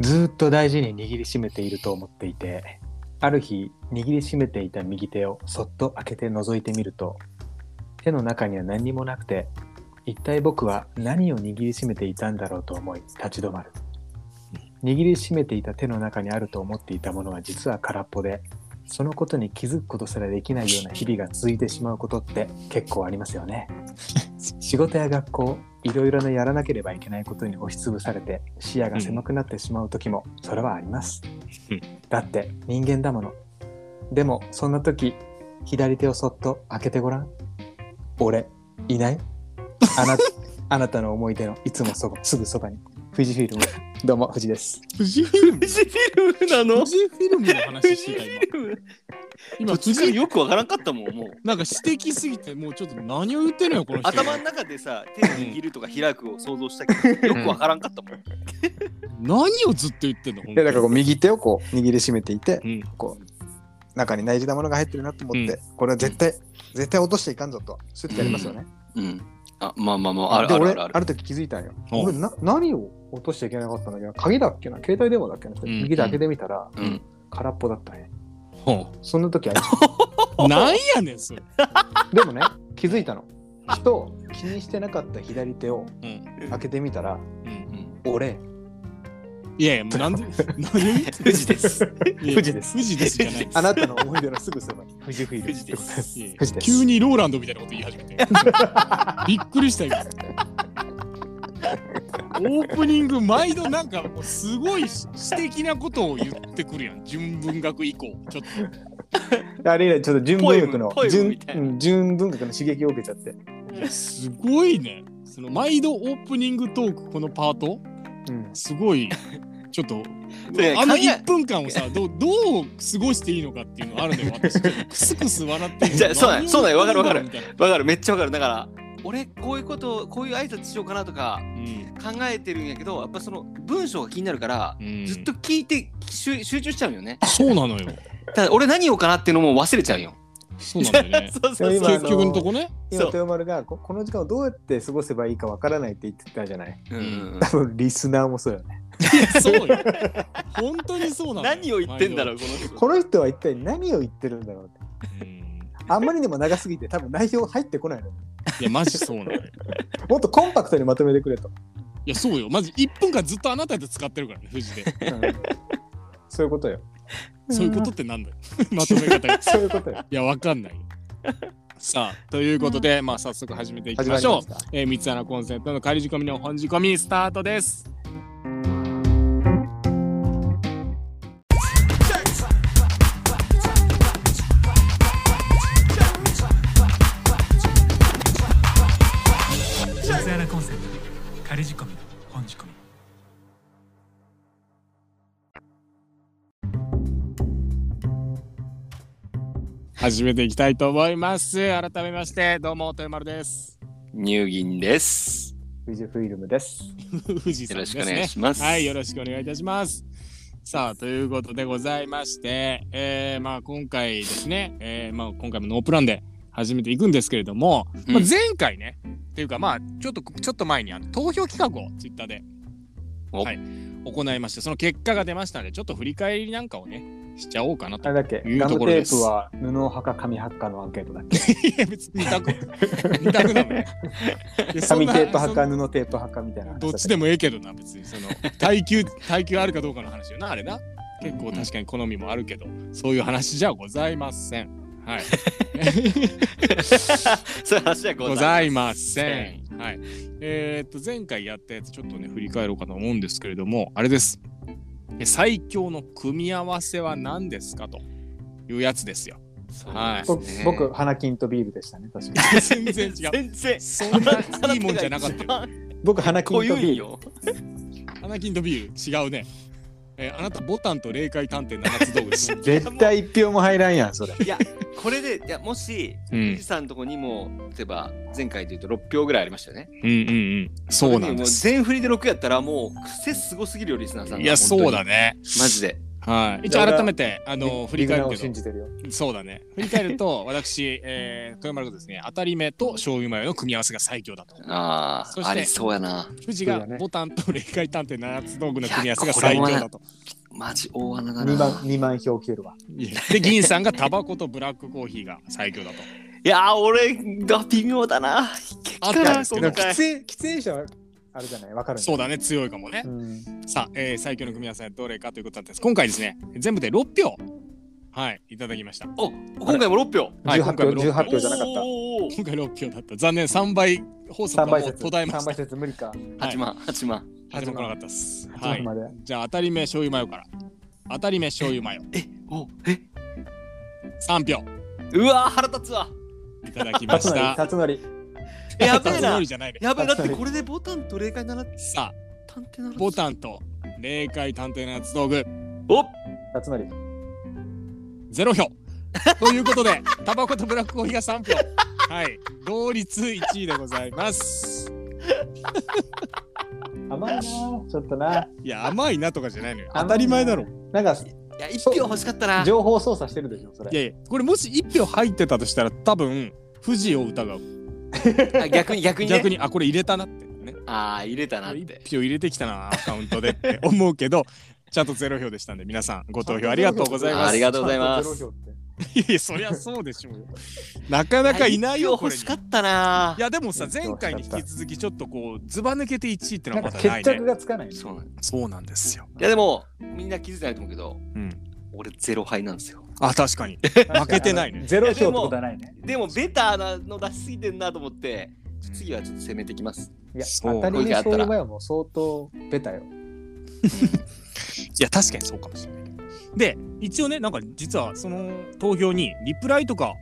ずっと大事に握りしめていると思っていてある日握りしめていた右手をそっと開けて覗いてみると手の中には何にもなくて一体僕は何を握りしめていたんだろうと思い立ち止まる握りしめていた手の中にあると思っていたものは実は空っぽでそのことに気づくことすらできないような日々が続いてしまうことって結構ありますよね仕事や学校いろいろなやらなければいけないことに押しつぶされて視野が狭くなってしまう時もそれはあります、うんだって人間だものでもそんな時左手をそっと開けてごらん俺いないあな あなたの思い出のいつもそばすぐそばに富士フィルムどうも富士です富士フィルム富士フィルムなの富士フィルムの富話士しフてた今ィルム今富途中から士よくわからんかったもんもうなんか指摘すぎてもうちょっと何を言ってるのよこの人頭の中でさ手を握るとか開くを想像したけどよくわからんかったもん何をずっと言ってんのでだからこう右手をこう握りしめていて、うんこう中に内耳なものが入ってるなと思って、うこれは絶対絶対落としていかんぞとスッてやりますよね。うんあまあまあまああるである俺あるある時気づいたんよ。お俺な何を落としちゃいけなかったんだけど鍵だっけな携帯電話だっけな、ん右手開けてみたら、うん空っぽだったね。ほそんな時ありまうなんやねんそれ、す でもね気づいたの。ふと気にしてなかった左手をうん開けてみたらうん、俺いやいやもうなんで何を言って富士ですいや富士です富士ですじゃないで すあなたの思い出のすぐそばに富士フイルム富士ですいやいや富士です急にローランドみたいなこと言い始めてびっくりしたよオープニング毎度なんかもうすごい詩的なことを言ってくるやん純文学以降ちょっとあれ以来ちょっと純文学のポエムポエム純みたいなうん純文学の刺激を受けちゃって。いやすごいねその毎度オープニングトークこのパートうんすごいちょ っとであの考え1分間をさどうどう過ごしていいのかっていうのある のよ私クスクス笑ってるじゃあそうだねそうだねわかるわかるみたいなわかるめっちゃわかるだから俺こういうことこういう挨拶しようかなとかうん考えてるんやけどやっぱその文章が気になるからうんずっと聞いて集集中しちゃうよねそうなのよただ俺何言おうかなっていうのも忘れちゃうよそうなんだよ ねそうそう今あの結局のとこね今そう豊丸がここの時間をどうやって過ごせばいいかわからないって言ってたじゃない うんうん多分リスナーもそうよねそうよ。本当にそうなの。何を言ってんだう。ろうこの人この人は一体何を言ってるんだろうってうんあんまりにも長すぎて多分内容入ってこないのいや、マジそうなのよ。いもっとコンパクトにまとめてくれと、や、そうよ。マジ1分間ずっとあなたで使ってるからね、藤で。うん そういうことよそういうことってなんだよ。 まとめ方が。いそういうことよや、わ かんないよ。さあ、ということで、まあ、早速始めていき始まましりょうまし。たえー、三つ穴コンセントの仮仕込みの本仕込みスタートです。水原コンセント仮仕込みの本仕込み始めていきたいと思います。改めまして、どうも、豊丸です。入銀ですビジュフィルムです藤さよんろでしすくお願ねい。しますはい、よろしくお願いいたします。さあ、ということでございまして、えーまあ、今回ですね、えーまあ、今回もノープランで始めていくんですけれども、うんまあ、前回ね、っていうか、まあ、ちょっと、ちょっと前にあの投票企画をツイッターで、おはい、行いまして、その結果が出ましたので、ちょっと振り返りなんかをね、しちゃおうかなあと。れ だっけいうガムところテでーすプは布派か紙派かのアンケートだっけいや、別に二 択。二択なのね。いやそん紙なテープ派か布テープ派かみたいな話だどたっちでもええけどな別にその耐久耐久あるかどうかの話よなあれな結構確かに好みもあるけどそういう話じゃございませんはい そういう話はごござざいいまませんはいえーっと前回やったやつちょっとね振り返ろうかと思うんですけれどもあれですえ最強の組み合わせは何ですかというやつ ですよすはい僕僕花金とビールでしたね確か に全然違う全然そんないいもんじゃなかった よよ僕花こう金いとうビんールよ花金とビール違うねえーあなたボタンと霊界探偵七つ道具 です絶対一票も入らんやんそれいやこれでいやもしうん富士さんのとこにも例えば前回で言うと6票ぐらいありましたよねうんうんうんそうなんですこれにもう全振りで6やったらもう癖すごすぎるよリスナーさんがいや、そうだねね。マジではい、一応改めて、あの、振り返るをけ信ど、じてるよ。そうだね。振り返 ると、私、えー、富山君ですね、当たり目と醤油マヨの組み合わせが最強だと。あそしてあ、ありそうやな。富士そうだがねボタンと霊界探偵七つ道具の組み合わせが最強だと。マジ大穴だ2万な。二万票消えるわ。いやで、銀さんがタバコとブラックコーヒーが最強だと。 いやー、俺が微妙だな。結あったんですけそどのでも回喫煙喫煙者はあれじゃないわかるそうだ。だね、強いかもねう。ん。さあ、えー最強の組み合わせはどれかということだったんです。今回ですね、全部で6票、はい、いただきました。お、今回も6票。はい、 18今回票も六18票じゃなかった。おー今回6票だった。残念、3倍法則3が倍もう説途絶えま3した倍。説無理か。 8万、8万。始まらなかったです。 8は万い。まで。じゃあ、当たり目醤油マヨから。当たり目醤油マヨえ、お、え、 3票うわー、腹立つわ。いただきま辰 し徳た。辰徳。えやべえ辰な徳。じゃないね。やべえ、だってこれでボタンと霊界ならさあ、探偵ならボタンと霊界探偵のやつ道具おっ辰徳。 0票。ということ で、タバコとブラックコーヒーが3票。はい。同率1位でございます。甘いなぁちょっとな。いや、甘いなとかじゃないのよ。当たり前だろ。なんかいや、1票欲しかったな。情報操作してるでしょそいれ。やいや、これもし1票入ってたとしたら、多分、富士を疑う。あ逆に、逆に、ね。逆に、あ、これ入れたなってね。ああ、入れたなって。 1票入れてきたな、アカウントで って思うけど、ちゃんと0票でしたんで、皆さんご投票ありがとうございます。ありがとうございますちゃんとゼロ票っていやいや、そりゃそうでしょうよ。なかなかいないよ、一票これ欲に。しいかったな。や、でも さ、前回に引き続き、ちょっとこう、ずば抜けて1位ってのなはんまかだな決い着ね。がつかない。そうなんいそうなんですよ。や、でも、みんな気づいてないと思うけど、うん。俺、ゼロ敗なんですよ。あ、確かに。 負けてないねゼロ票ってことはないね。でも、ベターなの出しすぎてんなと思って、次はちょっと攻めてきます。いや、そう当たりこういう前のあったらそういう場合はもう相当ベタよ。いや、確かにそうかもしれないけど。で、一応ね、なんか実はその投票にリプライとか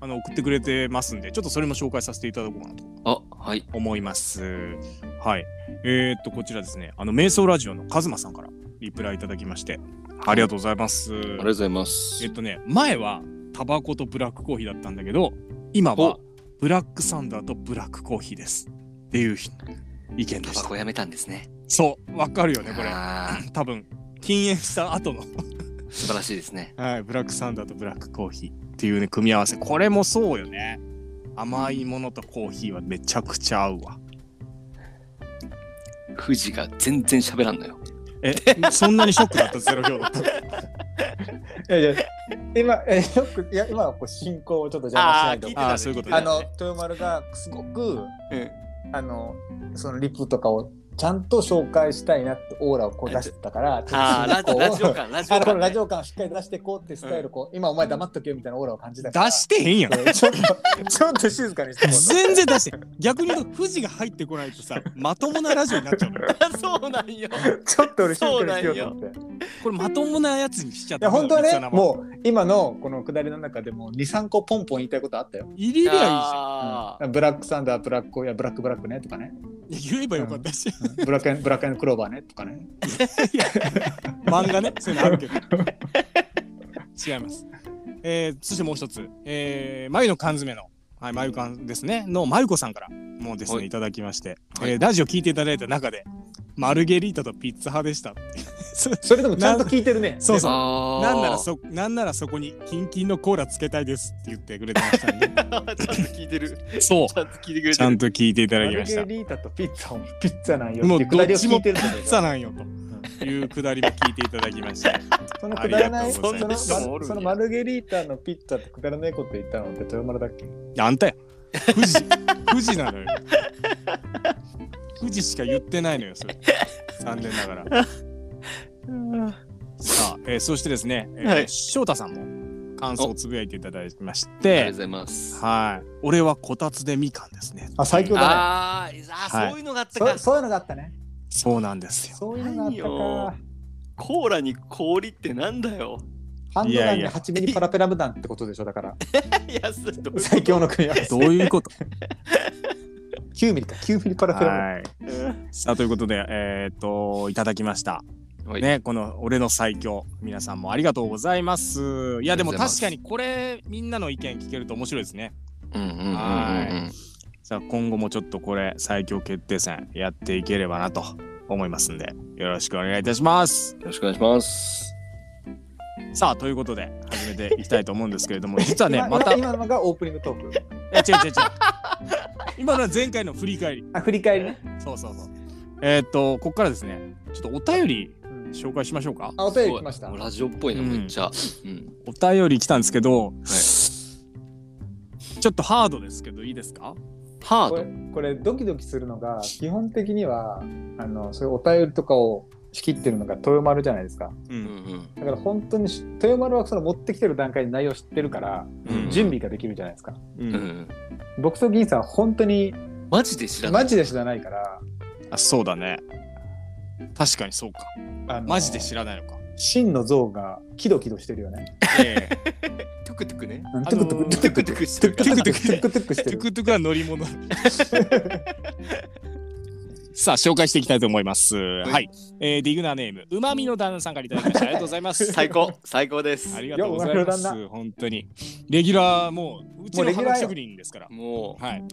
あの送ってくれてますんで、ちょっとそれも紹介させていただこうかなとあ、はい。思います。はい。えー、っと、こちらですね、あの、瞑想ラジオのカズマさんからリプライいただきまして、ありがとうございます。ありがとうございますえっ。とね、前はタバコとブラックコーヒーだったんだけど、今はおブラックサンダーとブラックコーヒーです。っていう意見でタしバたコ。やめたんですね。そう、わかるよね、これ。ああ、多分、禁煙した後の、素晴らしいですね。はい、ブラックサンダーとブラックコーヒーっていうね、組み合わせ。これもそうよね。甘いものとコーヒーはめちゃくちゃ合うわ。富士が全然喋らんのよ。え、そんなにショックだった、ゼロ 票だった。いやいや、今、えよくいや今はこう進行をちょっと邪魔しないとー聞いて。あたーそういうことねあの、豊丸がすごく、うんあの、そのリプとかをちゃんと紹介したいなってオーラをこう出してたから、ちょっとああ、ラジ進行をラジオ感、ラジオあこ感のね。ラジオ感をしっかり出していこうってスタイル、こう、今お前黙っとけよみたいなオーラを感じたから出してへんやん。ちょっと、ちょっと静かにしてもら全然出してへん。逆に言うと、富士が入ってこないとさ、まともなラジオになっちゃうのよ。そうなんよ。うちょっと俺静かにしようと思って。これまともなやつにしちゃっいやた。本当はね、う。もう今のこの下りの中でも2、3個ポンポン言いたいことあったよ。入れりゃあうんブラックサンダー、ブラック、いや、ブラックブラックねとかね。いいじゃん。言えばよかったし。うんブラックエンブラックエンドクローバーねとかね。漫 画ね、そういうのあるけど。違います。えー、そしてもう一つ、えー、眉の缶詰の、はい、眉缶ですね、のまゆこさんからもうですはね、いいただきまして、はいえーラジオ聞いていただいた中で、マルゲリータとピッツ派でしたって。そそれでもちゃんと聞いてるね。そうあ。そう。あなんならそ、なんならそこにキンキンのコーラつけたいですって言ってくれてましたんで。ちゃんと聞いてる。 そちゃんと聞いてくれてう。る。ちゃんと聞いていたマだきルましゲた。リータとピッツァもピッツァなんよ。もうっていうくだりをどっちも聞いてるんだけピどッツァなんよというくだりも聞いていただきました。そのくだらなありい、がそとうのございますそんな人まもおるんやそのマルゲリータのピッツァってくだらないこと言ったのって豊丸だっけあんたや。富士、富士なのよ。富士しか言ってないのよ、それ。残念ながら。さあ、えーそしてですね、えーはい翔太さんも感想をつぶやいていただきましありがとうてご、ざいます。はい。俺はこたつでみかんですね。あ、最強だね。あーあー、はいそういうのがあったそか。そういうのがあったね。そうなんですよ。そういうのがあったかないよ。コーラに氷ってなんだよ。 ハンドいやガいンにや8ミリパラペラム弾ってことでしょだ からいや、すどういうこと最強の組み合わせどういう こと9ミリか9ミリパラペラム弾はい。さあ、ということで、えーっと、いただきました。はいね、この俺の最強、皆さんもありがとうございます。いや、でもありが確かとうございますにこれ、みんなの意見聞けると面白いですね。うんうんうんうんうんはさあ今後もちょっとこれ最強決定戦やっていければなと思いますんでよろしくお願いいたします。よろしくお願いします。さあということで始めていきたいと思うんですけれ ども実はね今またい今のがオープニングトーク。や違う違う違う今のは前回の振り返りあ、振り返りね。そうそうそうえーっとここからですねちょっとお便りうん紹介しましょうかあ、お便り来ました。ラジオっぽいな、うんめっちゃ。うん。お便り来たんですけど、ちょっとハードですけどいいですかハーこドれ。これドキドキするのが基本的にはあのそういうお便りとかを仕切ってるのが豊丸じゃないですかううんうんだから本当にし豊丸はその持ってきてる段階で内容知ってるからうん準備ができるじゃないですか、うんうんうん。僕と銀さんは本当にマジで知らない。マジで知らないからあそうだね確かにそうかあのマジで知らないのか真の像がキドキドしてるよねええトゥクトゥクね。うんトゥクトゥあのクートゥトゥククトトゥゥクしてるクトゥクトゥクトゥトゥクトゥクしてトゥるクトゥクは乗り物 さあ紹介していきたいと思いますはい、いえーディグナーネームうまみの旦那さんからいただきましたありがとうございます 最高、最高ですあ。りがとうございまいやうまみの旦す本当にレギュラーもううちものうレギハュラーよガキ職人ですから もう、はい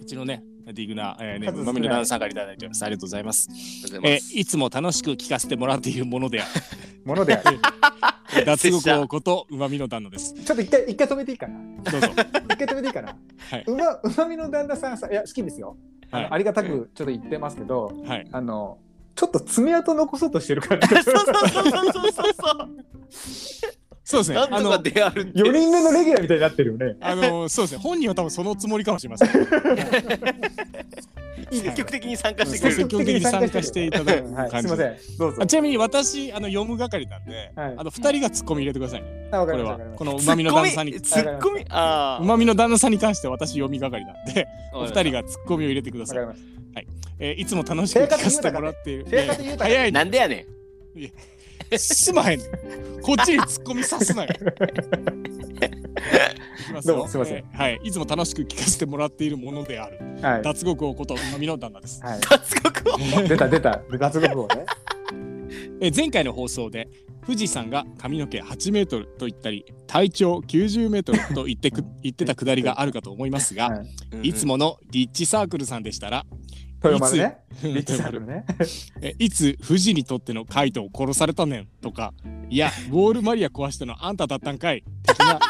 うちのねディグナー、えー、ネーム数少ないうまみの旦那さんからいただいてますありがとうございますありがとうございえますーいつも楽しく聞かせてもらっているものであるものである脱獄王ことうまみの旦那ですちょっと一回一回止めていいかなどうぞ一回止めていいかな、はいうまうまみの旦那さんさいや好きですよ、あのはいありがたくちょっと言ってますけど、はいあのちょっと爪痕残 そうとしてるから、ね、そうそうそうそうそうそう。そうですねなんあとかの出会るって。 4人目のレギュラーみたいになってるよねあのそうですね本人は多分そのつもりかもしれません積極的に参加してくそうれる積。極的に参加していただくはい、感すじいませんどうぞあちなみに私あの読む係なんで、はいあの二人がツッコミ入れてください、ね、あわこかれりましはたわかりましこのうまみの旦那さんにうツッコミ、ああ。まみの旦那さんに関しては私読み係なんでお二人が。がツッコミを入れてくだたさいわ、かりましえーいつも楽しく聞かせてもらっている生活豊かで早いねなんでやねん。すまへんねんこっちに突っ込みさす なよ。いきますどようもすいませんえーはい。いつも楽しく聞かせてもらっているものである。たはい、脱獄王こと、うまみの旦那です。は脱獄を。い、出た出た脱獄 をねえー前回の放送で、富士山が髪の毛8メートルと言ったり、体長90メートルと言っ てく言ってたくだりがあるかと思いますが、はいいつ。ものリッチサークルさんでしたら、豊丸ねいつリッチサークルね えいつ富士にとってのカイトを殺されたねんとかいやウォールマリア壊したのあんただったんかい 的な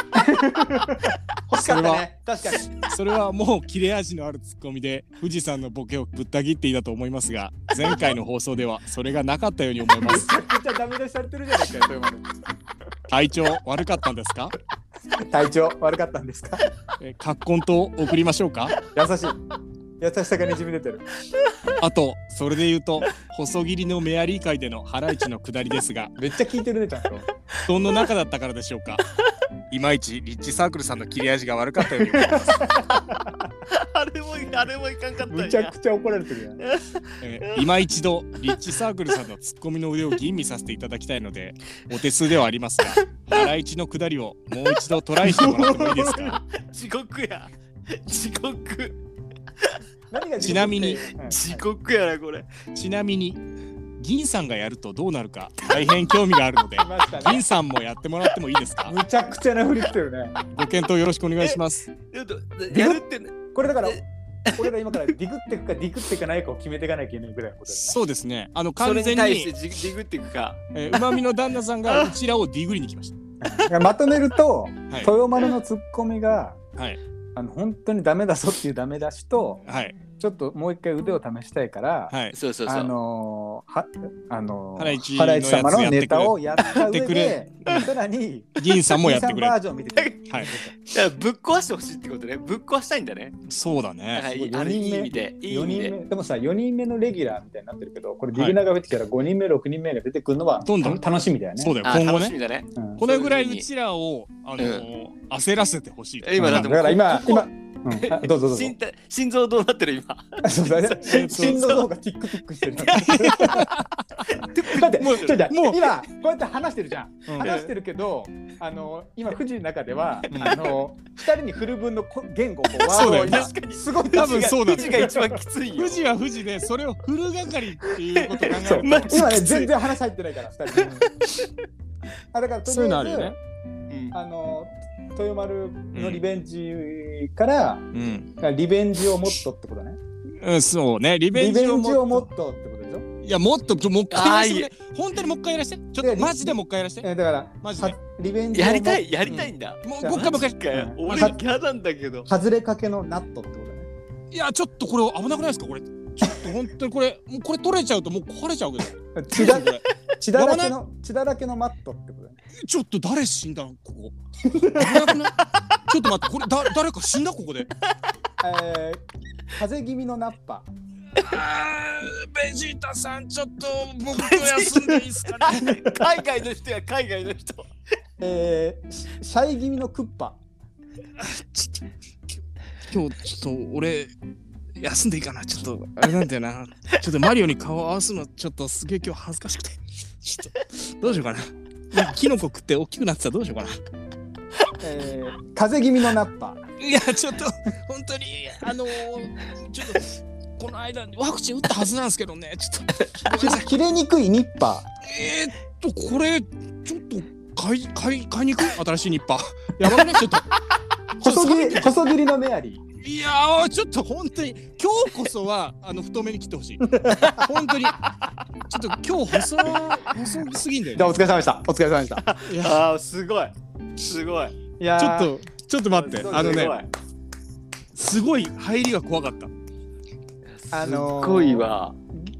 欲しかったね確かにそれはもう切れ味のあるツッコミで富士山のボケをぶった切っていたと思いますが前回の放送ではそれがなかったように思いまめすちゃくちゃダメ出しされてるじゃないかよ豊丸体調悪かったんですか体調悪かったんですかえ葛根と送りましょうか優しい優しさがにじみ出てるあとそれで言うと細切りのメアリー会でのハライチの下りですがめっちゃ聞いてるねちゃんと布団の中だったからでしょうかいまいちリッチサークルさんの切れ味が悪かったように思いますあれも、あれもいかんかったんや。むちゃくちゃ怒られてるやんえー今一度リッチサークルさんのツッコミの腕を吟味させていただきたいのでお手数ではありますが原市の下りをもう一度トライしてもらってもいいですか地獄や。地獄。何がちなみに地獄やな、これ。ちなみに銀さんがやるとどうなるか大変興味があるのでました銀ね。さんもやってもらってもいいですかむちゃくちゃな振り来てるね。ご検討よろしくお願いしますやるってね。これだから、俺ら今からディグっていくかディグっていかないかを決めていかなきゃいけないぐらいのことだそうですねあのそ完れ全にに対してジグディグっていくか。えーうまみの旦那さんがうちらをディグリに来ましよ ね。まとめると、たはい豊丸のツッコミが、はいあの本当にダメだぞっていうダメ出しと、はいちょっともう一回腕を試したいから、はいそうそうそあう。のーはあのーハライチのハライチ様のやつやっネてくれタをやった上やで、さらに、銀さんもやって兄さんくれバはージョン見てくれ。いだからぶっ壊してほしいってことね。ぶっ壊したいんだね。そうだねはいすごいあれ四人目いい意味で。いい意4味人で。目でもさ4人目のレギュラーみたいになってるけどこれディグナーが出てきたら5人目6人目が出てくるのはどんどんた楽しみだよねそうだよあ今後楽しねみだね。うんこのぐらいうちらを、あのう焦らせてほしいと。今だってもうから今ここ今、うんあどうぞどうぞ心体心臓どうなってる今。そうだね心心臓の方がティックティックして るだってもうちょっと待ってもう今こうやって話してるじゃんうん話してるけどあの今富士の中ではあの2人に振る分のこ言語こうワーそドうをだよね今すごい多分そうだ富士が一番き ついよ富。士は富士で、それをフル係っていうことを考えそうるマジ今ねきつい全然話入ってないから2人 うんあだからと。とそういうりのああるえずよね。うんあの豊丸のリベンジから、うん、リベンジをもっとってことね。うん、そうね、リリベベンンジジをもをもっっとってことでしょ。といや、もっと、ちょもう一回やらせてあくれ。本当にもう一回やらせて。ちいょやっとマジでもう一回やらせて。えだからマジではリベンジをやりたい、やりたいんだ。もうじゃあもう一回もう一マジ回。かようん俺また嫌なん だけど。外れかけのナットってことねいや、ちょっとこれ危なくないですかこれ。ちょっと本当にこれ、もうこれ取れちゃうともう壊れちゃうけど。血だこれ血だらけの血だらけのマットってことねちょっと誰死んだのここ。危なくないちょっと待って、これだ誰か死んだここで。えー、風邪気味のナッパあーベジータさん、ちょっと僕と休んでいいですかね。海外の人や海外の人。えー、シシャイ気味のクッパちょっと今日ちょっと俺休んでいいかなちょっとあれなんだよなちょっとマリオに顔合わすのちょっとすげえ今日恥ずかしくてちょっとどうしようかななんかキノコ食って大きくなってたらどうしようかなえー、風邪気味のナッパいやちょっと本当にあのー、ちょっとこの間ワクチン打ったはずなんですけどねちょっとごめんなさい切れにくいニッパえー、っとこれちょっと買い買い買いに行く 新しいニッパーやばくねちょっとちょっと細切り細切りのメアリーいやーちょっと本当に今日こそはあの太めに切ってほしい 本当にちょっと今日細細ぎすぎんだよ、じゃあおね疲れ様でしたお疲れ様でしたいやああ、すごい。すごい。いやちょーっとちょっと待ってあのねすごい入りが怖かったあのーすごいわ。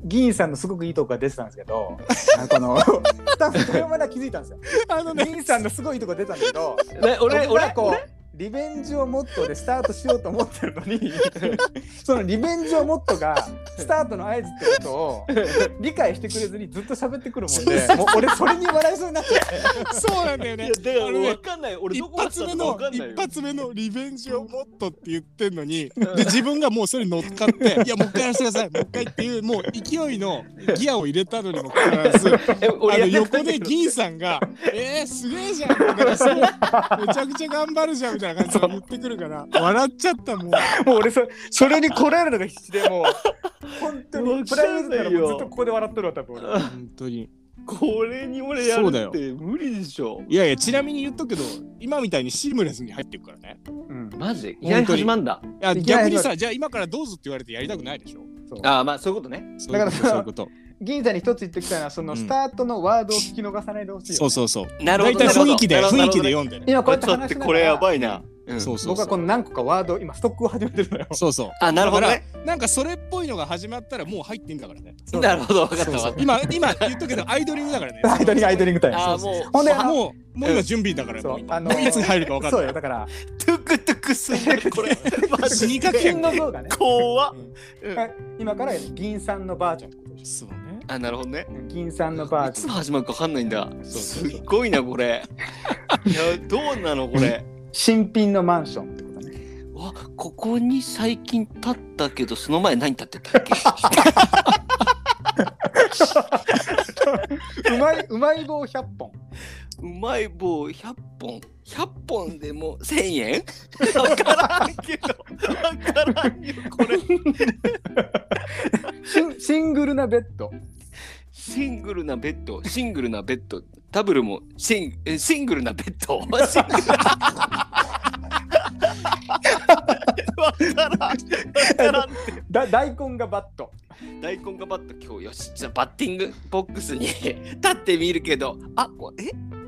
議員さんのすごくいいとこが出てたんですけど、 あのこのスタッフ富山で気づいたん ですよ。あの議員さんのすごいいいとこ出たんだけど、ね、俺、僕ら俺、こうリベンジをモットーでスタートしようと思ってるのに、 そのリベンジをモットーがスタートの合図ってことを理解してくれずにずっと喋ってくるもんで、もう俺それに笑いそうになっちゃって。 そうなんだよいねや、だあかのら、ねわかんない。俺、一どこだった発目のかわのかんない一よ。発目のリベンジをもっとって言ってんのにで自分がもうそれに乗っかっていやもう一回やらせてくださいもう一回っていうもう勢いのギアを入れたのにもかかわらずえ、あ俺のやった横ことないでけど、銀さんが「えー、すげえじゃん」とかすごいめちゃくちゃ頑張るじゃん」みたいな感じで言ってくるから笑っちゃったもうもう俺そそれにこらえるのが必死でもう本当にプライベートからもうずっとここで笑ってるわ多分俺。本当にこれに俺やそるうだよって無理でしょ。いやいやちなみに言っとくけど今みたいにシームレスに入っていくからねうん。マジきなり始まんだ。いやいきな逆りにさじゃあ今からどうぞって言われてやりたくないでしょそうああ、まあ、そういうことね。そういだかうことらそういうこと銀座に一つ言ってきたのはそのうんスタートのワードを聞き逃さないでほしいよ、そうそうそうな大体雰囲気で雰囲気で読んでね今こうこやれって話しなちょっとがらこれやばいな。うんそうそう僕そはこのう何個かワードを今ストックを始めてるのよ そうそうあ、なるほどね。なんかそれっぽいのが始まったらもう入ってんだからねそうなるほど、わかったそうそうわかっ今今言っとくけどアイドリングだからねアイドリングアイドリングタイムた。ああ、そうもう、 ほんであのもうもう今準備だからそもうう今あのもういつ入るか分かんそうなよいだからトゥクトゥクする、これ。 マ死にジかけん銀のの像がね怖っうんうんはい今から銀さんのバージョンそうねあ、なるほどね。銀さんのバーいジつョン始まるかわかんないんだ。そうすそうそうっごいな、こ れ。いや、どうなの、こ れ。新品のマンションってことねわ、ここに最近立ったけど、その前何立って たっけうまいうまい棒100本うまい棒100本。100本でもう1000円 わからんけど、わからんよ、これ。シンシングルなベッドシングルなベッド、シングルなベッド、ダブルもシンえシングルなベッ ド。シングルわからん。わからん。だ大根がバット大根がバット今日よしじゃあバッティングボックスに立ってみるけどあこえ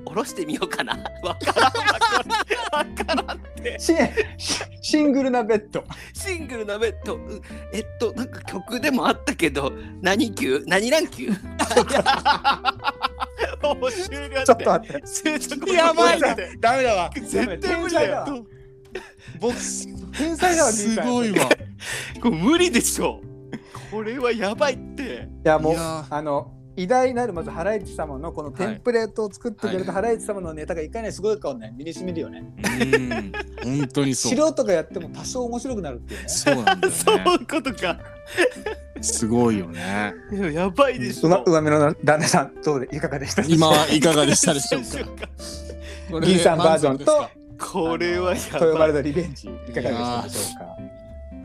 下ろしてみようかなわからんわからんわからんってシンシングルなベッドシングルなベッドうんえっとなんか曲でもあったけど何級何ラン級 もう終了ちょっと待ってってやばいな絶ダメだわ対無理だよ天才僕天才だわ銀すさんごいわこれ無理でしょこれはやばいっていやもういやーあの偉大なるまずハライチ様のこのテンプレートを作ってくれはいたハライチ様のネタがいかにすごいかをね身にしみるよね、うん本当にそう素人がやっても多少面白くなるっていうねそうなんだよそういねうことかすごいよねいややばいでしうまょ上目の旦那さんどうでいかがでしたでしょうか今いかがでしたでしょうかかこれで銀さんバージョン満と足でこれはや豊ばい丸のリベンジいかがでしたでしょうかすか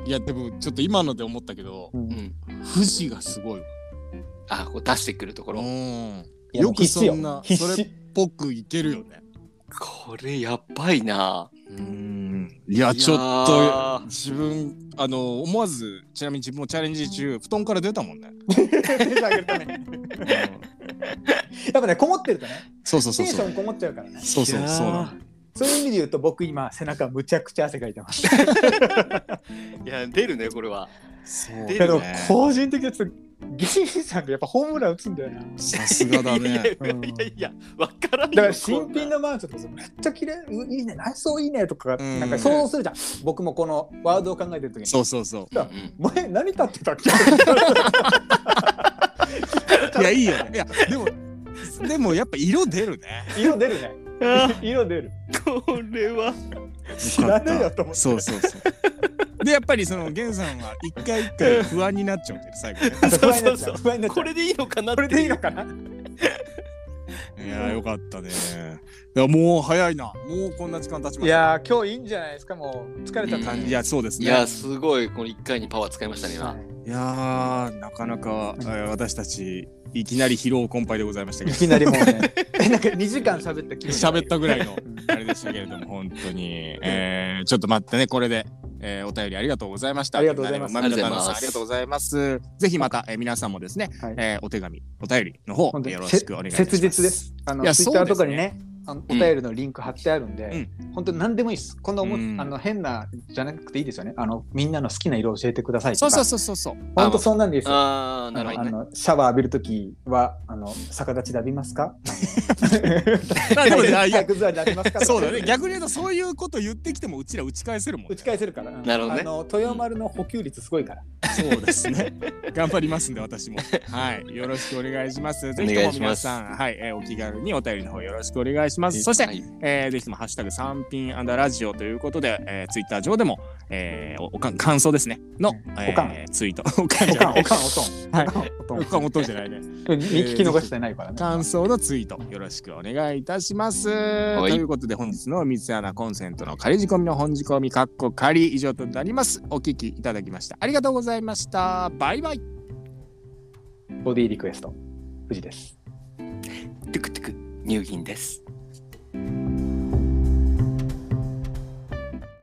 いやでもちょっと今ので思ったけどううんん富士がすごいわあこう出してくるところ、いやよくそんな必死よそれ必っぽくいけるよねこれやばいなうんうんいや、ちょっいやとー、自分、あの、思わず、ちなみに自分もチャレンジ中、布団から出たもんね。手を挙げるた めにうんやっぱねこもってるとねそうそうテそンシうそう。ョンこもっちゃうからねそうそう、そうなの。そういう意味で言うと僕今背中むちゃくちゃ汗かいてますいや出るねこれはそう出けるどね個人的にちょっと芸人さんがやっぱホームラン打つんだよなさすがだいやいやね。いやいやわからんよだから新品のマウントとかめっちゃ綺麗ういいね内装いいねとかうんなんか想像するじゃん、僕もこのワードを考えてる時 にそうそうそうん前何立ってたっけう。いや、いいよね。いや、でも、でもやっぱ色出るね。 色出るねあ色出るーこれは知らねえよと思ってそうそうそう。で、やっぱりその、源さんは一回一回不安になっちゃうんだよ、最後ね。そうそうそ不安になっちゃうう不安になっちゃうこれでいいのかなっこてれでいいのかないやーよかったね。いやもう早いな。もうこんな時間経ちまいした。やー今日いいんじゃないですかもう疲れちゃったんいで、やそうですね。いいややすごいこの一回にパワー使いましたね今ーなかなか、えー私たちいきなり疲労困憊でございましたけいど きなりもう ねえなんか2時間喋った気分喋ったぐ らいのうんあれでしたけれども本当に、えーちょっと待ってねこれで、えーお便りありがとうございました。ありがとうございますみんなでも涙あさんありりががととううごございます。ぜひまた、えー皆さんもですね、はいえーお手紙お便りの方ほんとよろしくお願いいたします。切実です。あのいやツイッターそとうでかすねにねあのお便りのリンク貼ってあるんで、本当に何でもいいです。こんな思っうんあの変なじゃなくていいですよね。あのみんなの好きな色教えてくださいとそか。うそうそうそう そう。本当そんなんでいいですよ。ああなるほあどねのシャワー浴びるときはあの逆立ちで浴びますか？ま あでも ねあいや逆座りで浴びますか？そうだね。。逆に言うとそういうこと言ってきてもうちら打ち返せるもん、打ねち。返せるから。うんなるほどねあの豊丸の補給率すごい から。そうですね。頑張りますんで私も。はい。よろしくお願いします。ぜひとも皆さん、はい、えーお気軽にお便りの方よろしくお願いします。そして、はいえーぜひともハッシュタグ三品アンダーラジオということで、えー、ツイッター上でも、えー、おおかん感想ですねの、えーおかんツイート おかんおじゃかんないおかんおとん。はいおかんおとんお。かんおとんじゃないね。聞き逃してないからね。感想のツイートよろしくお願いいたします。いということで本日の三つ穴コンセントの仮仕込みの本仕込みかっこ仮以上となります。お聞きいただきました。ありがとうございました。バイバイ。ボディリクエスト。藤です。トゥクトゥク乳銀です